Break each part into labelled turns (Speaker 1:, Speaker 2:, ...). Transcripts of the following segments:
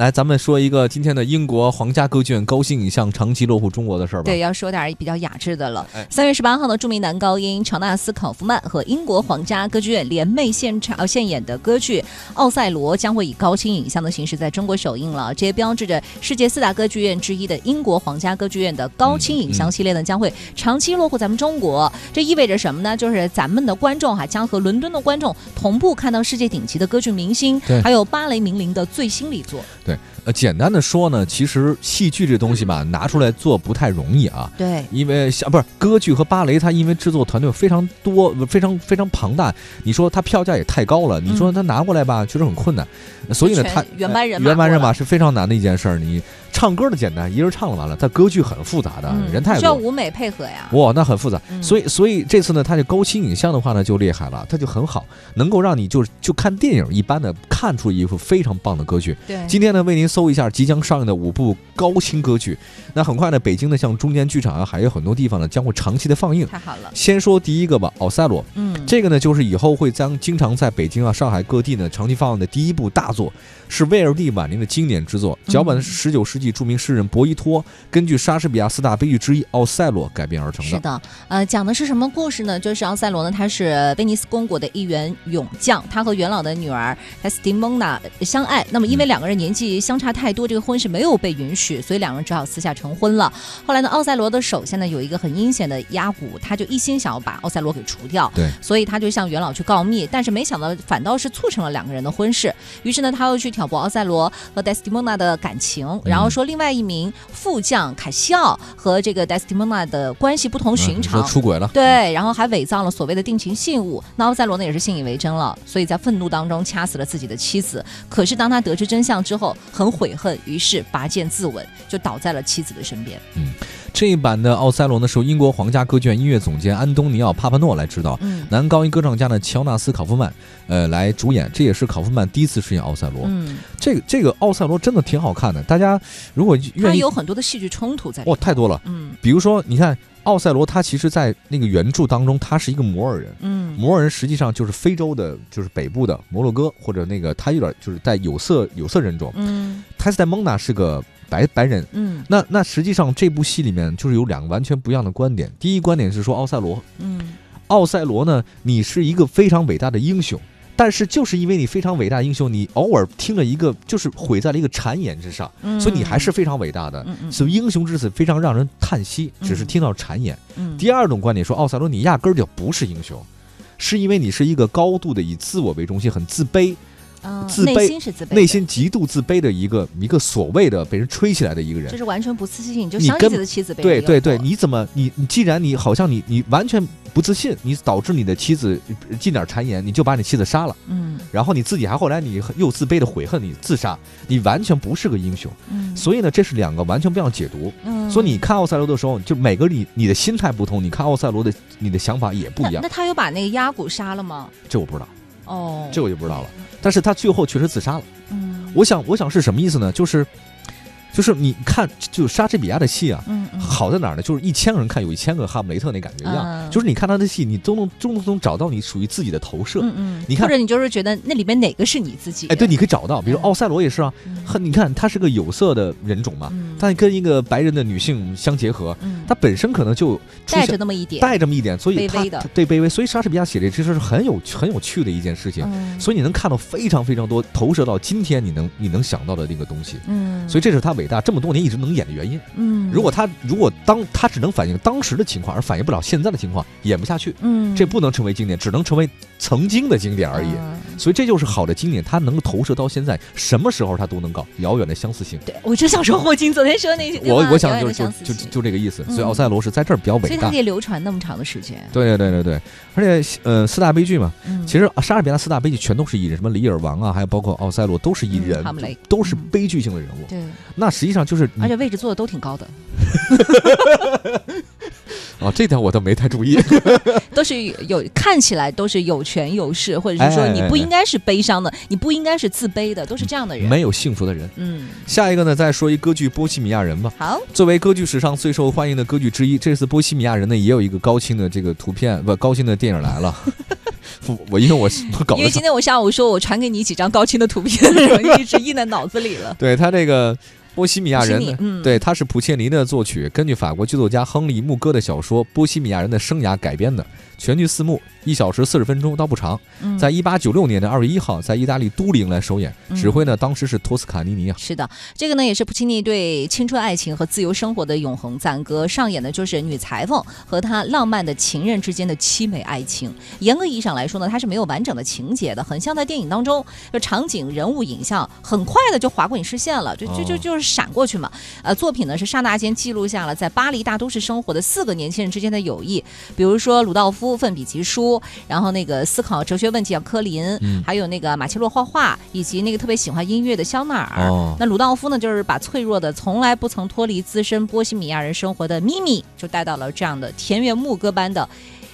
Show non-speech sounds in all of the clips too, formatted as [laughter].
Speaker 1: 来，咱们说一个今天的英国皇家歌剧院高兴影像长期落户中国的事儿吧。
Speaker 2: 对，要说点儿比较雅致的了
Speaker 1: 哎。
Speaker 2: 三月十八号呢，著名男高音乔纳斯·考夫曼和英国皇家歌剧院联袂现场呃现演的歌剧《奥赛罗》将会以高清影像的形式在中国首映了。这也标志着世界四大歌剧院之一的英国皇家歌剧院的高清影
Speaker 1: 嗯
Speaker 2: 像系列呢，将会长期落户咱们中国。这意味着什么呢？就是咱们的观众哈、将和伦敦的观众同步看到世界顶级的歌剧明星
Speaker 1: 对，
Speaker 2: 还有芭蕾名伶的最新力作。
Speaker 1: 呃，简单的说呢，其实戏剧这东西吧，拿出来做不太容易啊。
Speaker 2: 对。
Speaker 1: 因为像不是歌剧和芭蕾，它因为制作团队非常多，非常非常庞大，你说它票价也太高了，你说它拿过来吧，确实很困难。所以呢，
Speaker 2: 嗯全
Speaker 1: 它
Speaker 2: 原班人马
Speaker 1: 呃原班人
Speaker 2: 过
Speaker 1: 马是非常难的一件事儿。你呃唱歌的简单，一人唱了完了，但歌剧很复杂的，
Speaker 2: 嗯
Speaker 1: 人太
Speaker 2: 需要
Speaker 1: 多。
Speaker 2: 舞美配合呀。
Speaker 1: 哇，那很复杂，
Speaker 2: 嗯
Speaker 1: 所以所以这次呢，它这高清影像的话呢，就厉害了，它就很好，能够让你就是就看电影一般的看出一部非常棒的歌剧。
Speaker 2: 对，
Speaker 1: 今天呢，为您搜一下即将上映的五部高清歌剧。那很快呢，北京的像中间剧场啊，还有很多地方呢，将会长期的放映。
Speaker 2: 太好了。
Speaker 1: 先说第一个吧，《奥赛罗》，
Speaker 2: 嗯，
Speaker 1: 这个呢，就是以后会将经常在北京啊、上海各地呢长期放映的第一部大作，是威尔第晚年的经典之作。脚本十九世纪著名诗人博伊托根据莎士比亚四大悲剧之一《奥赛罗》改编而成
Speaker 2: 是
Speaker 1: 的。
Speaker 2: 的，呃，讲的是什么故事呢？就是奥赛罗呢，他是威尼斯公国的一员勇将，他和元老的女儿泰斯蒂蒙娜呃相爱。那么因为两个人年纪相差太多，这个婚事没有被允许，所以两人只好私下成婚了。后来呢，奥赛罗的手下呢有一个很阴险的压骨，他就一心想要把奥赛罗给除掉，
Speaker 1: 对，
Speaker 2: 所以他就向元老去告密，但是没想到反倒是促成了两个人的婚事。于是呢，他又去挑拨奥赛罗和戴斯蒂蒙娜的感
Speaker 1: 嗯
Speaker 2: 情，然后说另外一名副将凯西奥和这个戴斯蒂蒙娜的关系不同寻
Speaker 1: 嗯
Speaker 2: 常
Speaker 1: 说。出轨了。
Speaker 2: 对，然后还伪造了所谓的定情信物，那奥赛罗呢也是信以为真了，所以在愤怒当中掐死了自己的妻子。可是当他得知真相之后，很悔恨，于是拔剑自刎，就倒在了妻子的身边。
Speaker 1: 这一版的《奥赛罗》呢，是由英国皇家歌剧院音乐总监安东尼奥·帕帕诺来指导，
Speaker 2: 嗯
Speaker 1: 男高音歌唱家呢乔纳斯·考夫曼，呃，来主演。这也是考夫曼第一次饰演奥赛罗。
Speaker 2: 嗯，
Speaker 1: 这个这个奥赛罗真的挺好看的，大家如果
Speaker 2: 他
Speaker 1: 愿意，哦
Speaker 2: 有很多的戏剧冲突在里
Speaker 1: 哇、
Speaker 2: 面。
Speaker 1: 太多了。
Speaker 2: 嗯
Speaker 1: 比如说，你看奥赛罗，他其实，在那个原著当中，他是一个摩尔人。
Speaker 2: 嗯，
Speaker 1: 摩尔人实际上就是非洲的，就是北部的摩洛哥，或者那个他有点就是在有色有色人种。
Speaker 2: 嗯
Speaker 1: 泰斯戴蒙娜是个白白人，
Speaker 2: 嗯
Speaker 1: 那那实际上这部戏里面就是有两个完全不一样的观点。第一观点是说奥赛罗，
Speaker 2: 嗯
Speaker 1: 奥赛罗呢，你是一个非常伟大的英雄，但是就是因为你非常伟大的英雄，你偶尔听了一个就是毁在了一个谗言之上，
Speaker 2: 嗯，
Speaker 1: 所以你还是非常伟大的。
Speaker 2: 嗯嗯
Speaker 1: 所以英雄之死非常让人叹息，只是听到谗言。
Speaker 2: 嗯
Speaker 1: 第二种观点说，奥赛罗你压根儿就不是英雄。是因为你是一个高度的以自我为中心、很自卑、
Speaker 2: 嗯
Speaker 1: 自
Speaker 2: 内
Speaker 1: 卑
Speaker 2: 心是自卑的，
Speaker 1: 内心极度自卑的一个一个所谓的被人吹起来的一个人
Speaker 2: 就。是完全不自信，你就
Speaker 1: 你
Speaker 2: 相
Speaker 1: 根
Speaker 2: 信自己的妻子被
Speaker 1: 对
Speaker 2: 人
Speaker 1: 对
Speaker 2: 诱
Speaker 1: 对，
Speaker 2: 惑
Speaker 1: 你怎么你你既然你好像你你完全不自信，你导致你的妻子呃进点谗言，你就把你妻子杀了，
Speaker 2: 嗯
Speaker 1: 然后你自己还后来你又自卑的悔恨，你自杀，你完全不是个英雄。
Speaker 2: 嗯，
Speaker 1: 所以呢，这是两个完全不一样的解读。
Speaker 2: 嗯
Speaker 1: 所以你看奥赛罗的时候，就每个你你的心态不同，你看奥赛罗的你的想法也不一
Speaker 2: 那
Speaker 1: 样
Speaker 2: 那。他有把那个鸭骨杀了吗？
Speaker 1: [laughs] 这我不知道，
Speaker 2: 哦，
Speaker 1: 这我就不知道了。但是他最后确实自杀了。
Speaker 2: 嗯
Speaker 1: 我想我想是什么意思呢？就是就是你看就莎士比亚的戏啊，
Speaker 2: 嗯嗯
Speaker 1: 好在哪儿呢？就是一千个人看有一千个哈姆雷特那感觉一样，
Speaker 2: 嗯
Speaker 1: 就是你看他的戏，你都能都能找到你属于自己的投射。
Speaker 2: 嗯嗯，
Speaker 1: 你看
Speaker 2: 或者你就是觉得那里面哪个是你自己？
Speaker 1: 哎，对，你可以找到，比如
Speaker 2: 嗯
Speaker 1: 奥赛罗也是啊，
Speaker 2: 嗯，
Speaker 1: 很你看他是个有色的人种嘛，
Speaker 2: 嗯
Speaker 1: 但跟一个白人的女性相结合，
Speaker 2: 嗯，
Speaker 1: 他本身可能就出
Speaker 2: 带着
Speaker 1: 现
Speaker 2: 那么一点，
Speaker 1: 带这么一点，所以
Speaker 2: 卑
Speaker 1: 他
Speaker 2: 微的
Speaker 1: 他对卑微，所以莎士比亚写这其实是很有很有趣的一件事情，
Speaker 2: 嗯，
Speaker 1: 所以你能看到非常非常多投射到今天你能你能想到的那个东西，
Speaker 2: 嗯，
Speaker 1: 所以这是他伟大这么多年一直能演的原因。
Speaker 2: 嗯，
Speaker 1: 如果他如果当他只能反映当时的情况，而反映不了现在的情况，演不下去。
Speaker 2: 嗯
Speaker 1: 这不能成为经典，只能成为曾经的经典而已。
Speaker 2: 嗯
Speaker 1: 所以这就是好的经典，它能够投射到现在，什么时候它都能搞遥远的相似性。
Speaker 2: 对，我就想说霍金昨天说那句话，
Speaker 1: 我我想
Speaker 2: 啊遥远
Speaker 1: 就是就
Speaker 2: 的相似
Speaker 1: 就
Speaker 2: 性
Speaker 1: 就这个意思。
Speaker 2: 嗯
Speaker 1: 所以奥赛罗是在这儿比较
Speaker 2: 所
Speaker 1: 伟
Speaker 2: 以他
Speaker 1: 大
Speaker 2: 可。以流传那么长的时间。
Speaker 1: 对对对对对，而且呃四大悲剧嘛，
Speaker 2: 嗯，
Speaker 1: 其实啊莎士比亚四大悲剧全都是艺人，什么《里尔王》啊，还有包括奥赛罗都是艺人，
Speaker 2: 嗯哈姆雷
Speaker 1: 都是悲剧性的人物。
Speaker 2: 对，
Speaker 1: 那实际上就是
Speaker 2: 而且位置坐的都挺高的，
Speaker 1: 啊，这点我倒没太注意。
Speaker 2: 都是有看起来都是有权有势，或者是说
Speaker 1: 哎哎哎
Speaker 2: 你不应该是悲伤的，你不应该是自卑的，都是这样的人。
Speaker 1: 没有幸福的人。
Speaker 2: 嗯，
Speaker 1: 下一个呢，再说一歌剧《波西米亚人》吧。
Speaker 2: 好，
Speaker 1: 作为歌剧史上最受欢迎的歌剧之一，这次《波西米亚人》呢也有一个高清的这个图片，不高清的电影来了。 [laughs] 我因为我我搞
Speaker 2: 因为
Speaker 1: 得。
Speaker 2: 今天我下午说我传给你几张高清的图片的时候，你一直印在脑子里了
Speaker 1: 对他这个波西米亚人
Speaker 2: 波
Speaker 1: 呢
Speaker 2: 西米，嗯
Speaker 1: 对，他是普切尼的作曲，根据法国剧作家亨利·穆戈的小说《波西米亚人的生涯》改编的，全剧四幕，一小时四十分钟，倒不长。
Speaker 2: 嗯
Speaker 1: 在一八九六年的二月一号，在意大利都灵来首演，指挥呢当时是托斯卡尼尼啊。
Speaker 2: 是的，这个呢也是普契尼对青春爱情和自由生活的永恒赞歌。上演的就是女裁缝和她浪漫的情人之间的凄美爱情。严格意义上来说呢，它是没有完整的情节的，很像在电影当中，就场景、人物、影像很快的就划过你视线了，就就就
Speaker 1: 哦
Speaker 2: 就是闪过去嘛。呃，作品呢是刹那间记录下了在巴黎大都市生活的四个年轻人之间的友谊，比如说鲁道夫奋笔疾书，然后那个思考哲学问题的科林，
Speaker 1: 嗯
Speaker 2: 还有那个马切洛画画，以及那个特别喜欢音乐的香奈儿。
Speaker 1: 哦
Speaker 2: 那鲁道夫呢，就是把脆弱的、从来不曾脱离自身波西米亚人生活的咪咪，就带到了这样的田园牧歌般的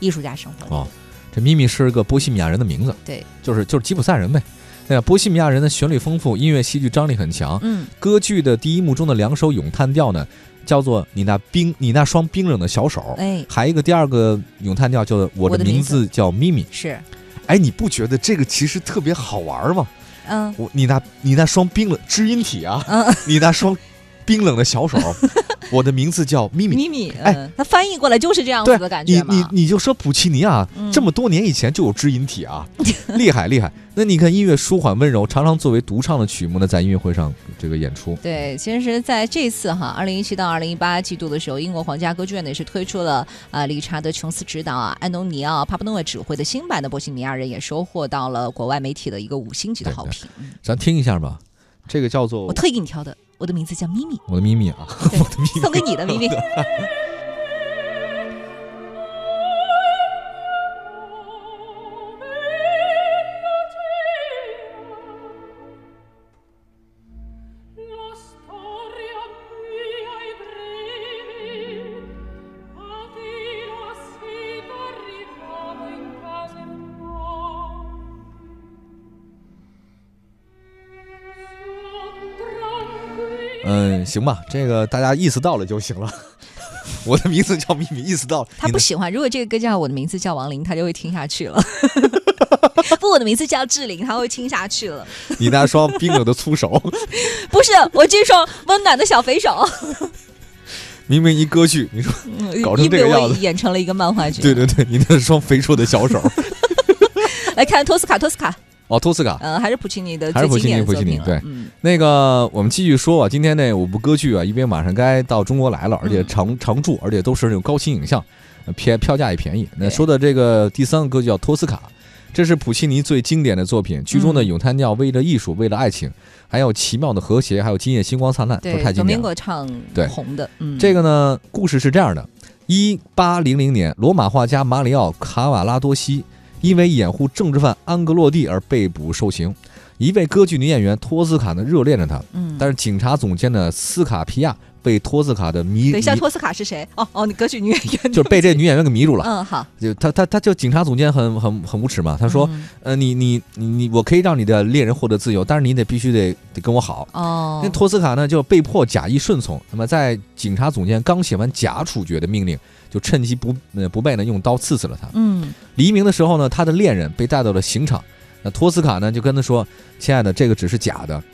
Speaker 2: 艺术家生活里。
Speaker 1: 哦，这咪咪是个波西米亚人的名字，
Speaker 2: 对，
Speaker 1: 就是就是吉普赛人呗。对啊，波西米亚人的旋律丰富，音乐戏剧张力很强。
Speaker 2: 嗯，
Speaker 1: 歌剧的第一幕中的两首咏叹调呢，叫做《你那冰你那双冰冷的小手》，
Speaker 2: 哎，
Speaker 1: 还有一个第二个咏叹调叫做《我
Speaker 2: 我
Speaker 1: 的
Speaker 2: 的
Speaker 1: 名
Speaker 2: 名
Speaker 1: 字叫咪咪》。
Speaker 2: 是，
Speaker 1: 哎，你不觉得这个其实特别好玩吗？
Speaker 2: 嗯，
Speaker 1: 我你那你那双冰冷知音体啊，
Speaker 2: 嗯
Speaker 1: 你那双冰冷的
Speaker 2: [laughs]
Speaker 1: 小手，我的名字叫咪咪。
Speaker 2: 咪咪，
Speaker 1: 哎
Speaker 2: 嗯，它翻译过来就是这样
Speaker 1: 对
Speaker 2: 子的感
Speaker 1: 你
Speaker 2: 觉嘛。
Speaker 1: 你你就说普契尼啊，
Speaker 2: 嗯
Speaker 1: 这么多年以前就有知音体啊， [laughs] 厉害厉害。那你看音乐舒缓温柔，常常作为独唱的曲目呢，在音乐会上这个演出。
Speaker 2: 对，其实在这次哈，二零一七到二零一八季度的时候，英国皇家歌剧院呢也是推出了呃理查德·琼斯执导啊，安东尼奥·帕布诺维指挥的新版的《波西米亚人》，也收获到了国外媒体的一个五星级的
Speaker 1: 对
Speaker 2: 好
Speaker 1: 对
Speaker 2: 评。嗯
Speaker 1: 咱听一下吧，这个叫做
Speaker 2: 我特意给你挑的，我的名字叫咪咪，
Speaker 1: 我的咪咪啊，[laughs]
Speaker 2: 对
Speaker 1: 我的咪
Speaker 2: 送
Speaker 1: 咪
Speaker 2: 给。你的咪咪。
Speaker 3: La storia mia i brevi, a te la sfida ricava in casa in po'. Son tranquillo
Speaker 1: 嗯，行吧，这个大家意思到了就行了。 [laughs] 我的名字叫咪咪，意思到了。
Speaker 2: 他
Speaker 1: 你
Speaker 2: 不
Speaker 1: 呢
Speaker 2: 喜欢，如果这个歌叫我的名字叫王琳，他就会听
Speaker 1: [laughs]
Speaker 2: 下去了。不，我的名字叫志玲，他会听下去了。
Speaker 1: 你那双冰冷的粗手， [laughs]
Speaker 2: 不是我这双温暖的小肥手，
Speaker 1: 明明一歌剧，你说搞
Speaker 2: [laughs]
Speaker 1: 成
Speaker 2: 一
Speaker 1: 这
Speaker 2: 被
Speaker 1: 个
Speaker 2: 我
Speaker 1: 样子
Speaker 2: 演成了一个漫画剧。
Speaker 1: 对对对，你那双肥硕的小手。 [laughs]
Speaker 2: 来看托斯卡，托斯卡，
Speaker 1: 哦，托斯卡，
Speaker 2: 呃，还是普契尼的
Speaker 1: 还是
Speaker 2: 最
Speaker 1: 普
Speaker 2: 经
Speaker 1: 契尼
Speaker 2: 典的
Speaker 1: 普
Speaker 2: 作
Speaker 1: 契尼
Speaker 2: 品了。
Speaker 1: 对
Speaker 2: 嗯，
Speaker 1: 那个我们继续说啊，今天那五部歌剧啊，因为马上该到中国来了，而且
Speaker 2: 嗯
Speaker 1: 常常驻，而且都是那种高清影像，呃便票价也便宜。那
Speaker 2: 对
Speaker 1: 说的这个第三个歌剧叫《托斯卡》，这是普契尼最经典的作品，剧中的
Speaker 2: 嗯
Speaker 1: 咏叹调为了艺术，为了爱情，还有奇妙的和谐，还有今夜星光灿烂，都太
Speaker 2: 对，
Speaker 1: 经典
Speaker 2: 董明
Speaker 1: 了。
Speaker 2: 果唱
Speaker 1: 对
Speaker 2: 红的，嗯，
Speaker 1: 这个呢，故事是这样的：一八零零年，罗马画家马里奥·卡瓦拉多西因为掩护政治犯安格洛蒂而被捕受刑。一位歌剧女演员托斯卡呢热恋着他，
Speaker 2: 嗯，
Speaker 1: 但是警察总监呢斯卡皮亚被托斯卡的迷，
Speaker 2: 等一下，
Speaker 1: 迷
Speaker 2: 托斯卡是谁？哦哦，你歌曲女演员
Speaker 1: 就是被这女演员给迷住了。
Speaker 2: 嗯好，
Speaker 1: 就他他他就警察总监很很很无耻嘛，他
Speaker 2: 他
Speaker 1: 说，呃你你你你我可以让你的恋人获得自由，但是你得必须得得跟我好。
Speaker 2: 哦，
Speaker 1: 那托斯卡呢就被迫假意顺从。那么在警察总监刚写完假处决的命令，就趁其不呃不备呢，用刀刺死了他。
Speaker 2: 嗯。
Speaker 1: 黎明的时候呢，他的恋人被带到了刑场。那托斯卡呢就跟他说：“亲爱的，这个只是假的，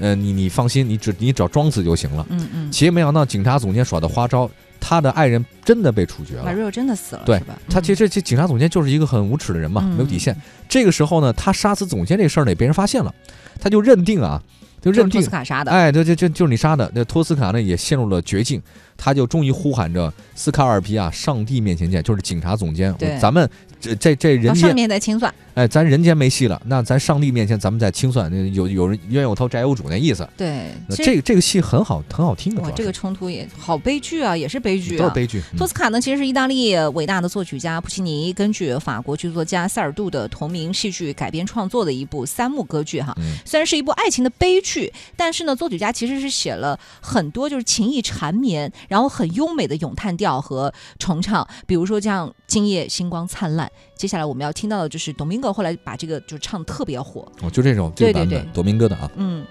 Speaker 1: 呃，你你放心，你只你只要装死就行了。”
Speaker 2: 嗯嗯，
Speaker 1: 其实没想到警察总监耍的花招，他的爱人真的被处决
Speaker 2: 马
Speaker 1: 了。
Speaker 2: 瑞欧真的死了，
Speaker 1: 对
Speaker 2: 是吧？嗯
Speaker 1: 他其
Speaker 2: 实
Speaker 1: 实这警察总监就是一个很无耻的人
Speaker 2: 嗯
Speaker 1: 嘛，没有底线。，这个时候呢，他杀死总监这事儿呢也被人发现了，他就认定啊，就
Speaker 2: 就
Speaker 1: 认
Speaker 2: 托
Speaker 1: 定
Speaker 2: 斯，卡杀的，
Speaker 1: 哎，对，就就就是你杀的。那托斯卡呢也陷入了绝境，他就终于呼喊着斯卡尔皮亚，上帝面前见，就是警察总监，
Speaker 2: 对
Speaker 1: 咱们这这这人
Speaker 2: 到上
Speaker 1: 间，
Speaker 2: 面再清算。
Speaker 1: 哎，咱人间没戏了，那咱上帝面前咱们再清算，那有有人冤有头债有主那意思。
Speaker 2: 对，
Speaker 1: 那
Speaker 2: 其
Speaker 1: 这
Speaker 2: 实
Speaker 1: 个这个戏很好，很好听的，主
Speaker 2: 哇，
Speaker 1: 要
Speaker 2: 这个啊
Speaker 1: 是
Speaker 2: 冲突也好悲剧啊，也是悲剧
Speaker 1: 都是
Speaker 2: 啊。
Speaker 1: 悲剧。嗯
Speaker 2: 托斯卡呢，其实是意大利伟大的作曲家普契尼根据法国剧作家塞尔杜的同名戏剧改编创作的一部三幕歌剧哈。
Speaker 1: 嗯
Speaker 2: 虽然是一部爱情的悲剧，但是呢，作曲家其实是写了很多就是情意缠绵，然后很优美的咏叹调和重唱，比如说像《今夜星光灿烂》。接下来我们要听到的就是董明格后来把这个就唱得特别火，
Speaker 1: 哦，就这种这个
Speaker 2: 对对
Speaker 1: 版
Speaker 2: 对
Speaker 1: 本，多明哥的啊。
Speaker 2: 嗯。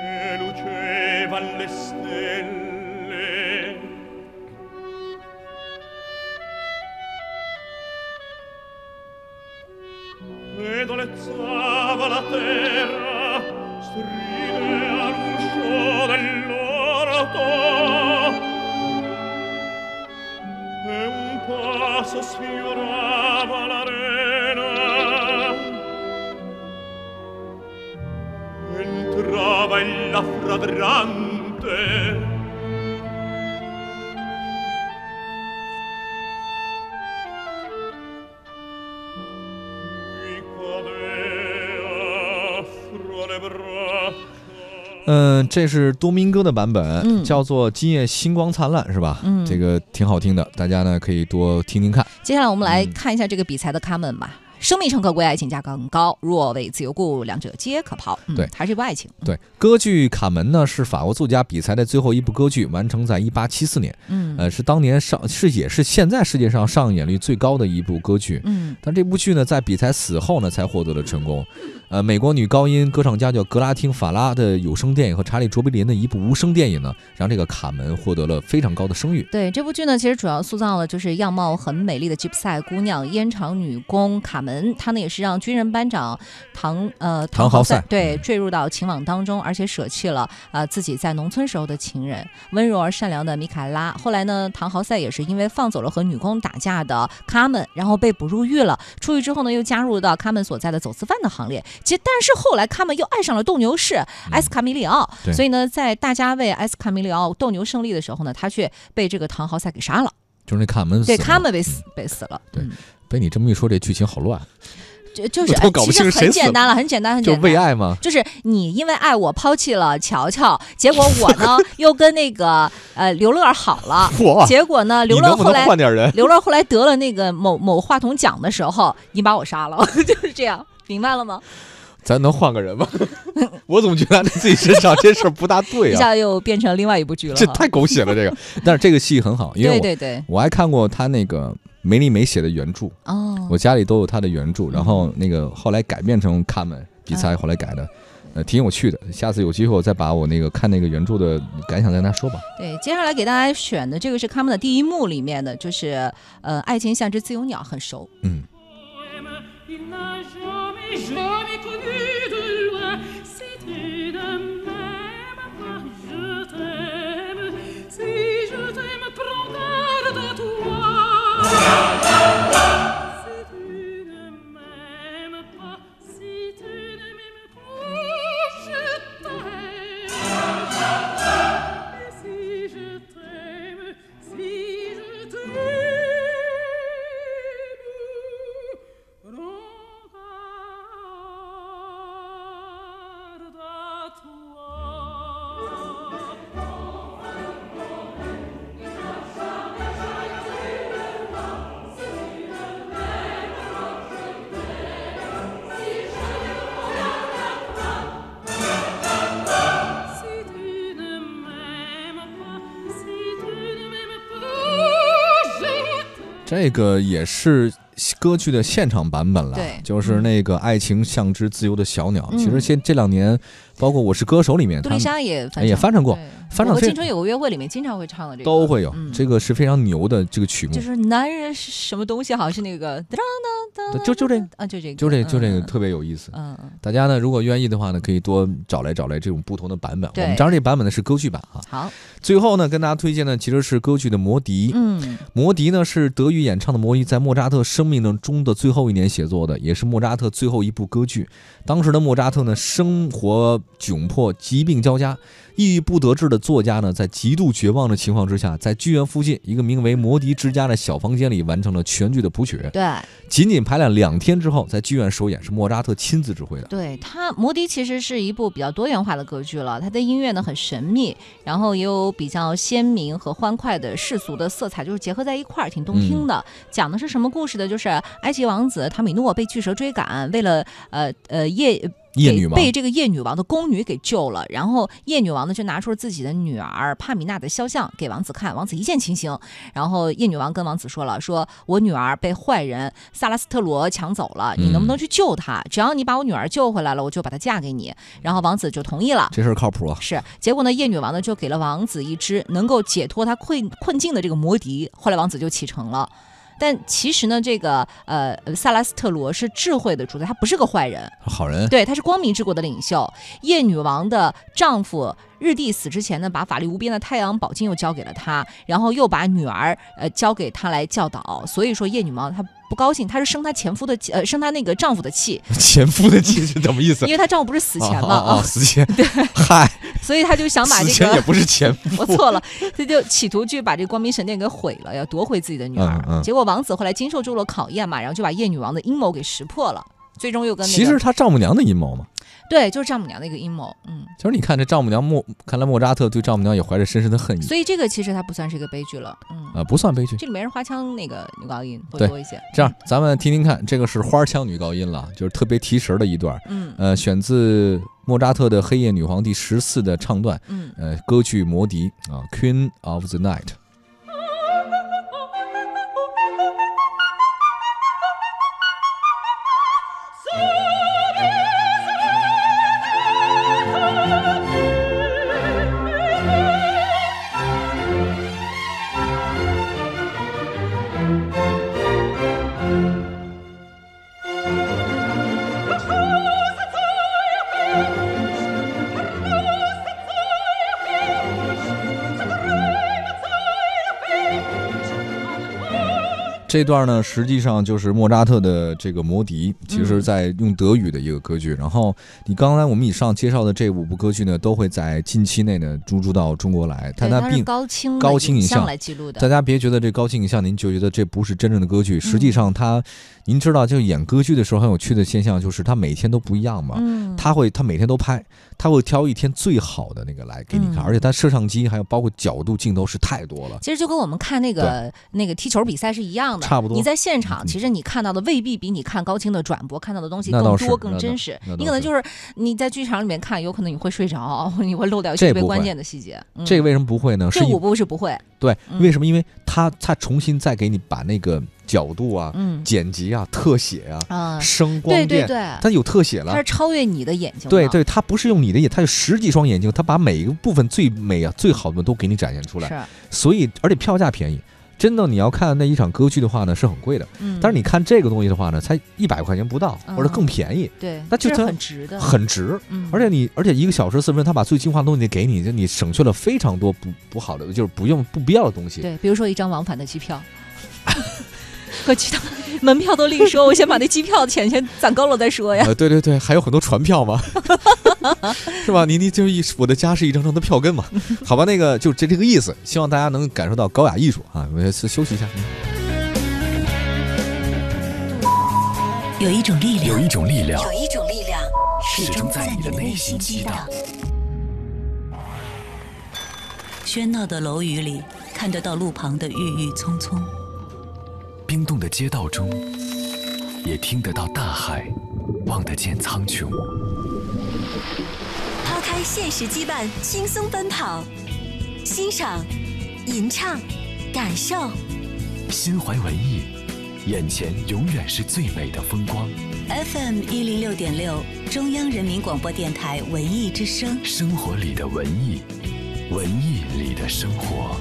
Speaker 3: e luce
Speaker 4: che dolezzava la terra stride all'uscio dell'orto e un passo sfiorava l'arena entrava in la fragrante mi cadea fra le braccia
Speaker 1: 嗯，这是多明哥的版本，
Speaker 2: 嗯
Speaker 1: 叫做《今夜星光灿烂》，是吧？
Speaker 2: 嗯
Speaker 1: 这个挺好听的，大家呢可以多听听看。
Speaker 2: 接下来我们来
Speaker 1: 嗯
Speaker 2: 看一下这个比赛的咖们吧。生命诚可贵，爱情价更高。若为自由故，两者皆可抛。嗯
Speaker 1: 对呃
Speaker 2: 还是一部爱情。
Speaker 1: 对，歌剧《卡门》呢是法国作家比才的最后一部歌剧，完成在1874年，
Speaker 2: 嗯
Speaker 1: 呃，是当年上是也是现在世界上上演率最高的一部歌剧。
Speaker 2: 嗯
Speaker 1: 但这部剧呢，在比才死后呢，才获得了成功。呃，美国女高音歌唱家叫格拉汀·法拉的有声电影和查理·卓别林的一部无声电影呢，让这个《卡门》获得了非常高的声誉。
Speaker 2: 对这部剧呢，其实主要塑造了就是样貌很美丽的吉普赛姑娘、烟肠女工卡门，她呢也是让军人班长唐呃
Speaker 1: 唐豪塞
Speaker 2: 对
Speaker 1: 嗯
Speaker 2: 坠入到情网当中，而且舍弃了呃自己在农村时候的情人，温柔而善良的米凯拉。后来呢，唐豪塞也是因为放走了和女工打架的卡门，然后被捕入狱了。出狱之后呢，又加入到卡门所在的走私犯的行列。其实，但是后来卡门又爱上了斗牛士埃斯卡米里奥，
Speaker 1: 对
Speaker 2: 所以呢，在大家为埃斯卡米里奥斗牛胜利的时候呢，他却被这个唐豪塞给杀了，
Speaker 1: 就是那《卡门》死
Speaker 2: 对，
Speaker 1: 了，
Speaker 2: 卡门被死被死了。
Speaker 1: 对
Speaker 2: 嗯，
Speaker 1: 被你这么一说，这剧情好乱，
Speaker 2: 就就是
Speaker 1: 我都搞不
Speaker 2: 其实
Speaker 1: 清谁
Speaker 2: 很
Speaker 1: 死
Speaker 2: 简
Speaker 1: 了
Speaker 2: 单了，很简单，很
Speaker 1: 就
Speaker 2: 简
Speaker 1: 是
Speaker 2: 单
Speaker 1: 为。爱吗？
Speaker 2: 就是你因为爱我抛弃了乔乔，结果我
Speaker 1: [laughs]
Speaker 2: 呢又跟那个呃刘乐好了，
Speaker 1: 嚯，
Speaker 2: 结果呢刘
Speaker 1: 你
Speaker 2: 乐
Speaker 1: 能不
Speaker 2: 后
Speaker 1: 能
Speaker 2: 来
Speaker 1: 换点人？
Speaker 2: 刘乐后来得了那个某某话筒奖的时候，你把我杀了， [laughs] 就是这样，明白了吗？
Speaker 1: [laughs] 咱能换个人
Speaker 2: [laughs]
Speaker 1: 吗？我总觉得按照自己身上这事儿不大对
Speaker 2: 一
Speaker 1: 啊，
Speaker 2: 下又变成另外一部剧了哈，
Speaker 1: 这太狗血了。这个， [laughs] 但是这个戏很好，因为
Speaker 2: 对
Speaker 1: 我
Speaker 2: 对对，
Speaker 1: 我还看过他那个梅丽梅写的原著，
Speaker 2: 哦，
Speaker 1: 我家里都有他的原著，然后
Speaker 2: 嗯
Speaker 1: 那个后来改编成卡门比赛，后来改的。呃，挺有趣的，下次有机会我再把我那个看那个原著的感想再跟他说吧。
Speaker 2: 对，接下来给大家选的这个是他们的第一幕里面的，就是呃，爱情像只自由鸟，很熟。
Speaker 1: 嗯，
Speaker 3: poème. Il n'a jamais, jamais connu de loin. C'était de même, car je t'aime. Si je t'aime, prends garde à toi. Si tu ne m'aimes pas, si tu ne m'aimes pas, je t'aime. Et si je t'aime, si je t'aime, prends garde à toi. Si tu ne m'aimes pas, si tu ne m'aimes pas, je t'aime.
Speaker 1: 这个也是歌剧的现场版本了
Speaker 2: 对，
Speaker 1: 就是那个《爱情像只自由的小鸟》。
Speaker 2: 嗯
Speaker 1: 其实现这两年，包括《我是歌手》里面，
Speaker 2: 杜
Speaker 1: 他
Speaker 2: 丽
Speaker 1: 们哎
Speaker 2: 莎也翻
Speaker 1: 也
Speaker 2: 唱
Speaker 1: 翻唱过
Speaker 2: 对
Speaker 1: 翻
Speaker 2: 我
Speaker 1: 唱
Speaker 2: 和
Speaker 1: 非
Speaker 2: 青春有个约会里面经常会唱的这个
Speaker 1: 都会有
Speaker 2: 嗯，
Speaker 1: 这个是非常牛的这个曲目
Speaker 2: 就，是男人是什么东西，好像是那个当当当
Speaker 1: 对就就这个
Speaker 2: 啊，就这个，
Speaker 1: 就这就这个
Speaker 2: 嗯
Speaker 1: 特别有意思。
Speaker 2: 嗯，嗯
Speaker 1: 大家呢，如果愿意的话呢，可以多找来找来这种不同的版本。我
Speaker 2: 对
Speaker 1: 们当然这版本呢是歌剧版啊。
Speaker 2: 好，
Speaker 1: 最后呢，跟大家推荐的其实是歌剧的《魔笛》。
Speaker 2: 嗯，
Speaker 1: 魔笛呢是德语演唱的《魔笛》，在莫扎特生命中的最后一年写作的，也是莫扎特最后一部歌剧。当时的莫扎特呢，生活窘迫，疾病交加，抑郁不得志的作家呢，在极度绝望的情况之下，在剧院附近一个名为魔笛之家的小房间里完成了全剧的谱曲。
Speaker 2: 对
Speaker 1: 仅仅排练两天之后，在剧院首演，是莫扎特亲自指挥的。
Speaker 2: 对，它《魔笛》其实是一部比较多元化的歌剧了，它的音乐呢很神秘，然后也有比较鲜明和欢快的世俗的色彩，就是结合在一块儿，挺动听的。讲的是什么故事呢？就是埃及王子塔米诺被巨蛇追赶，为了呃呃夜
Speaker 1: 夜
Speaker 2: 给
Speaker 1: 女王
Speaker 2: 被这个夜女王的宫女给救了，然后夜女王呢就拿出了自己的女儿帕米娜的肖像给王子看，王子一见倾心，然后夜女王跟王子说了，说我女儿被坏人萨拉斯特罗抢走了，你能
Speaker 1: 嗯
Speaker 2: 不能去救她？只要你把我女儿救回来了，我就把她嫁给你。然后王子就同意了。
Speaker 1: [laughs] 这事儿靠谱啊！
Speaker 2: 是，结果呢，夜女王呢就给了王子一只能够解脱他困困境的这个魔笛，后来王子就启程了。但其实呢，这个呃萨拉斯特罗是智慧的主宰，他不是个坏人，
Speaker 1: 好
Speaker 2: [laughs]
Speaker 1: 人， [laughs]
Speaker 2: 对，他是光明之国的领袖。夜女王的丈夫日帝死之前呢，把法力无边的太阳宝镜又交给了他，然后又把女儿呃交给他来教导。所以说夜女王她不高兴，她是生她前夫的气，呃生她那个丈夫的 [laughs] 嗯气，
Speaker 1: 前夫的气是什么意思
Speaker 2: [laughs] 因？为她丈夫不是死前嘛
Speaker 1: 啊啊啊，死前， [laughs] 嗨，
Speaker 2: 所以呃她就想把
Speaker 1: 死
Speaker 2: 这
Speaker 1: 前
Speaker 2: 个
Speaker 1: 也不是前夫，
Speaker 2: 我错了，他就企图去把这光明神殿给毁了，要夺回自己的女儿。
Speaker 1: 嗯嗯
Speaker 2: 结果王子后来经受住了考验嘛，然后就把夜女王的阴谋给识破了，最终又跟、那个、
Speaker 1: 其实是他丈母娘的阴谋嘛。
Speaker 2: 对，就是丈母娘的一个阴谋，嗯，
Speaker 1: 其实你看这丈母娘莫，看来莫扎特对丈母娘也怀着深深的恨意
Speaker 2: 所以这个其实它不算是一个悲剧了，嗯，
Speaker 1: 啊、不算悲剧。
Speaker 2: 这里面是花腔那个女高音会
Speaker 1: 对
Speaker 2: 多一些，
Speaker 1: 这样，咱们听听看，这个是花腔女高音了，啊就是特别提神的一段，
Speaker 2: 嗯
Speaker 1: 呃，选自莫扎特的《黑夜女皇》第十四的唱段，
Speaker 2: 嗯，
Speaker 1: 呃，歌剧《魔笛》啊，《Queen of the Night》。这段呢，实际上就是莫扎特的这个《魔笛》，其
Speaker 2: 嗯
Speaker 1: 实在用德语的一个歌剧。然后你刚才我们以上介绍的这五部歌剧呢，都会在近期内呢输出到中国来，但
Speaker 2: 对
Speaker 1: 它
Speaker 2: 它是
Speaker 1: 并
Speaker 2: 高清的
Speaker 1: 高清
Speaker 2: 影
Speaker 1: 影像
Speaker 2: 来记录
Speaker 1: 大
Speaker 2: 的，嗯
Speaker 1: 家别觉得这高清影像您就觉得这不是真正的歌剧，实际上它，您知道，就演歌剧的时候很有趣的现象就是它每天都不一样嘛。
Speaker 2: 嗯，
Speaker 1: 他会，他每天都拍，他会挑一天最好的那个来给你看，
Speaker 2: 嗯
Speaker 1: 而且他摄像机还有包括角度、镜头是太多了。
Speaker 2: 其实就跟我们看那个那个踢球比赛是一样的，
Speaker 1: 差不多
Speaker 2: 你在现场，
Speaker 1: 嗯
Speaker 2: 其实你看到的未必比你看高清的转播看到的东西
Speaker 1: 那
Speaker 2: 更
Speaker 1: 倒是
Speaker 2: 多、
Speaker 1: 那
Speaker 2: 更
Speaker 1: 倒
Speaker 2: 真实
Speaker 1: 那倒。
Speaker 2: 你可能
Speaker 1: 是
Speaker 2: 就是你在剧场里面看，有可能你会睡着，哦你会漏掉一
Speaker 1: 这
Speaker 2: 些特别
Speaker 1: 不会
Speaker 2: 关键的细节。嗯
Speaker 1: 这个为什么不会呢？是
Speaker 2: 这
Speaker 1: 因
Speaker 2: 五部是不会，
Speaker 1: 对，
Speaker 2: 嗯
Speaker 1: 为什么？因为他他重新再给你把那个角度啊、
Speaker 2: 嗯
Speaker 1: 剪辑啊、特写啊、
Speaker 2: 啊，
Speaker 1: 声光
Speaker 2: 对
Speaker 1: 电，
Speaker 2: 对对，
Speaker 1: 他有特写
Speaker 2: 它
Speaker 1: 了
Speaker 2: 是。超越你的眼睛的。
Speaker 1: 对对，他不是用你的眼，他有十几双眼睛，他把每一个部分最美啊、最好的都给你展现出来。
Speaker 2: 是，
Speaker 1: 所以而且票价便宜。真的，你要看那一场歌剧的话呢，是很贵的。
Speaker 2: 嗯，
Speaker 1: 但是你看这个东西的话呢，才一百块钱不到，
Speaker 2: 嗯
Speaker 1: 或者更便宜，
Speaker 2: 对，
Speaker 1: 那就它
Speaker 2: 这是很值的，
Speaker 1: 很值。
Speaker 2: 嗯，
Speaker 1: 而且你，而且一个小时四十分，他把最精华的东西给你，就你省去了非常多不不好的，就是不用不必要的东西。
Speaker 2: 对，比如说一张往返的机票。 [laughs] 和其他门票都另说，我先把那机票钱先攒够了再说呀。
Speaker 1: 呃，对对对，还有很多船票嘛， [laughs] 是吧？你你就是一我的家是一张张的票根嘛，好吧，那个就这这个意思，希望大家能感受到高雅艺术啊。我们先休息一下。
Speaker 5: 有一种力量
Speaker 6: 有，一种力量
Speaker 5: 有一种力量始
Speaker 6: 始
Speaker 5: 终
Speaker 6: 终
Speaker 5: 在
Speaker 6: 在
Speaker 5: 你
Speaker 6: 你
Speaker 5: 的
Speaker 6: 的
Speaker 5: 内
Speaker 6: 内
Speaker 5: 心
Speaker 6: 心
Speaker 5: 激
Speaker 6: 激
Speaker 5: 荡
Speaker 6: 荡。
Speaker 5: [laughs] 喧闹的楼宇里，看得到路旁的郁郁葱葱。
Speaker 6: 冰冻的街道中，也听得到大海，望得见苍穹。
Speaker 5: 抛开现实羁绊，轻松奔跑，欣赏、吟唱、感受。
Speaker 6: 心怀文艺，眼前永远是最美的风光。
Speaker 5: FM 一零六点六，中央人民广播电台文艺之声。
Speaker 6: 生活里的文艺，文艺里的生活。